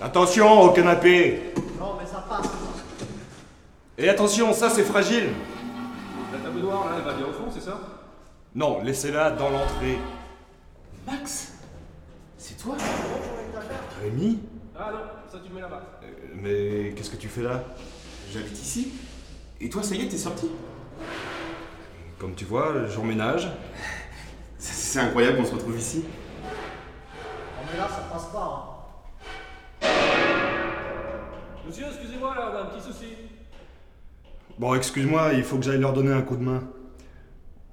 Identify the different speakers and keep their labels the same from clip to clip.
Speaker 1: Attention au canapé
Speaker 2: Oh,
Speaker 3: Non, mais ça passe.
Speaker 1: Et attention, ça c'est fragile
Speaker 4: La table noire, là, elle va bien au fond, c'est ça
Speaker 1: Non, laissez-la dans l'entrée.
Speaker 4: Max C'est toi
Speaker 1: Rémi
Speaker 4: Ah non, ça tu le mets là-bas.
Speaker 1: Euh, Mais qu'est-ce que tu fais là
Speaker 4: J'habite ici Et toi, ça y est, t'es sorti
Speaker 1: Comme tu vois, j'emménage.
Speaker 4: C'est- C'est incroyable, on se retrouve ici.
Speaker 3: Non, mais là, ça passe pas.
Speaker 5: Monsieur, excusez-moi, là, on a un petit souci.
Speaker 1: Bon, excuse-moi, il faut que j'aille leur donner un coup de main.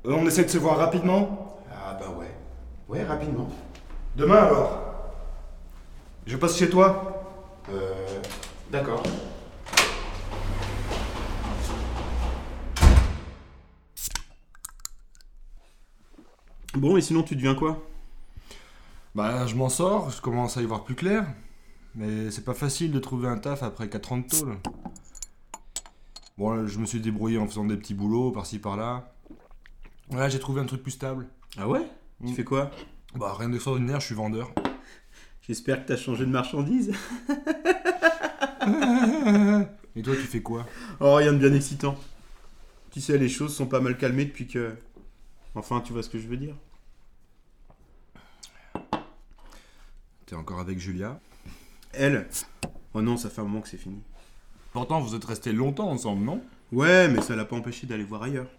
Speaker 1: Euh, on essaie de se voir rapidement
Speaker 4: Ah bah ouais. Ouais, rapidement.
Speaker 1: Demain alors Je passe chez toi
Speaker 4: Euh. D'accord.
Speaker 6: Bon, et sinon, tu deviens quoi
Speaker 1: Bah, je m'en sors, je commence à y voir plus clair. Mais c'est pas facile de trouver un taf après 4 ans de tôle. Bon, là, je me suis débrouillé en faisant des petits boulots par-ci par-là. Là, j'ai trouvé un truc plus stable.
Speaker 6: Ah ouais
Speaker 1: Mm.
Speaker 6: Tu fais quoi
Speaker 1: Bah, rien d'extraordinaire, je suis vendeur.
Speaker 6: J'espère que t'as changé de marchandise.
Speaker 1: Et toi, tu fais quoi
Speaker 6: Oh, rien de bien excitant. Tu sais, les choses sont pas mal calmées depuis que. Enfin, tu vois ce que je veux dire.
Speaker 1: T'es encore avec Julia
Speaker 6: Elle Oh non, ça fait un moment que c'est fini.
Speaker 1: Pourtant, vous êtes restés longtemps ensemble, non
Speaker 6: Ouais, mais ça l'a pas empêché d'aller voir ailleurs.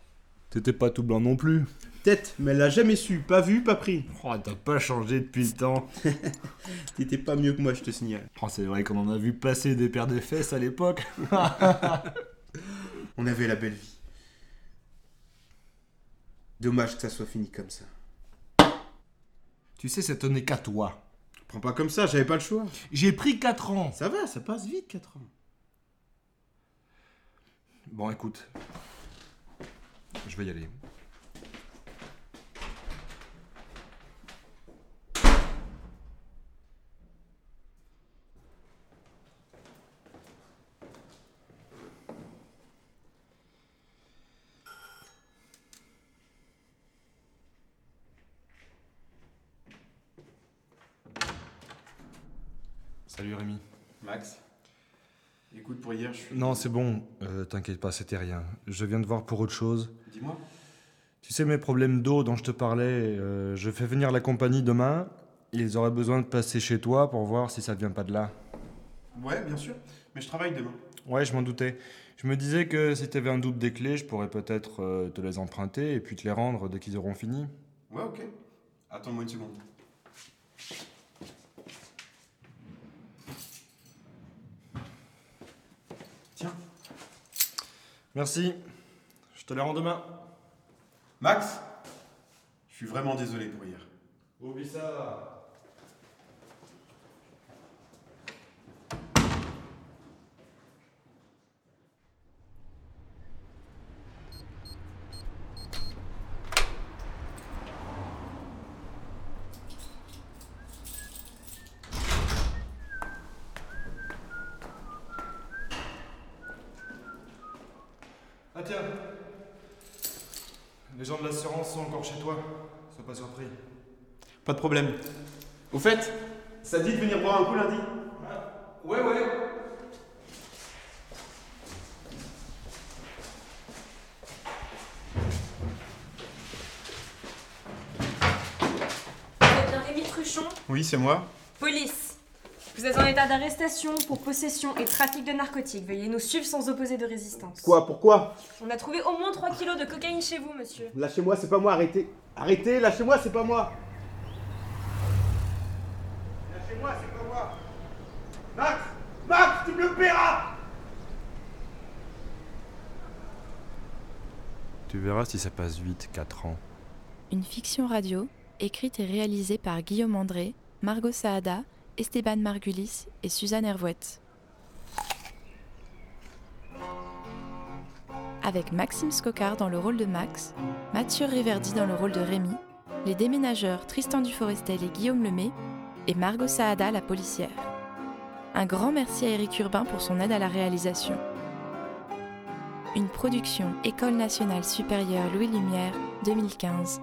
Speaker 1: T'étais pas tout blanc non plus.
Speaker 6: Peut-être, mais elle l'a jamais su, pas vu, pas pris.
Speaker 1: Oh, t'as pas changé depuis le temps.
Speaker 6: T'étais pas mieux que moi, je te signale.
Speaker 1: Oh, c'est vrai qu'on en a vu passer des paires de fesses à l'époque.
Speaker 6: On avait la belle vie. Dommage que ça soit fini comme ça.
Speaker 1: Tu sais, ça tenait qu'à toi.
Speaker 6: Prends pas comme ça, j'avais pas le choix.
Speaker 1: J'ai pris 4 ans.
Speaker 6: Ça va, ça passe vite, 4 ans.
Speaker 1: Bon, écoute. Je vais y aller. Salut Rémi.
Speaker 4: Max Écoute, pour hier, je suis.
Speaker 1: Non, c'est bon, euh, t'inquiète pas, c'était rien. Je viens de voir pour autre chose.
Speaker 4: Dis-moi.
Speaker 1: Tu sais, mes problèmes d'eau dont je te parlais, euh, je fais venir la compagnie demain. Ils auraient besoin de passer chez toi pour voir si ça vient pas de là.
Speaker 4: Ouais, bien sûr. Mais je travaille demain.
Speaker 1: Ouais, je m'en doutais. Je me disais que si t'avais un double des clés, je pourrais peut-être euh, te les emprunter et puis te les rendre dès qu'ils auront fini.
Speaker 4: Ouais, ok. Attends-moi une seconde. Tiens.
Speaker 1: Merci. Je te les rends demain.
Speaker 4: Max Je suis vraiment désolé pour hier.
Speaker 1: Oublie ça. Ah tiens, les gens de l'assurance sont encore chez toi. Sois pas surpris.
Speaker 4: Pas de problème. Au fait, ça te dit de venir boire un coup lundi
Speaker 1: Ouais, ouais.
Speaker 2: Vous êtes bien Rémi Truchon
Speaker 4: Oui, c'est moi.
Speaker 2: Police Vous êtes en état d'arrestation pour possession et trafic de narcotiques. Veuillez nous suivre sans opposer de résistance.
Speaker 6: Quoi Pourquoi
Speaker 2: On a trouvé au moins 3 kilos de cocaïne chez vous, monsieur.
Speaker 6: Lâchez-moi, c'est pas moi, arrêtez. Arrêtez, lâchez-moi, c'est pas moi. Lâchez-moi, c'est pas moi. Max Max, tu me le paieras
Speaker 1: Tu verras si ça passe vite, 4 ans.
Speaker 7: Une fiction radio, écrite et réalisée par Guillaume André, Margot Saada, Esteban Margulis et Suzanne Hervouette. Avec Maxime Scocard dans le rôle de Max, Mathieu Riverdi dans le rôle de Rémi, les déménageurs Tristan Duforestel et Guillaume Lemay, et Margot Saada la policière. Un grand merci à Éric Urbain pour son aide à la réalisation. Une production École nationale supérieure Louis Lumière 2015.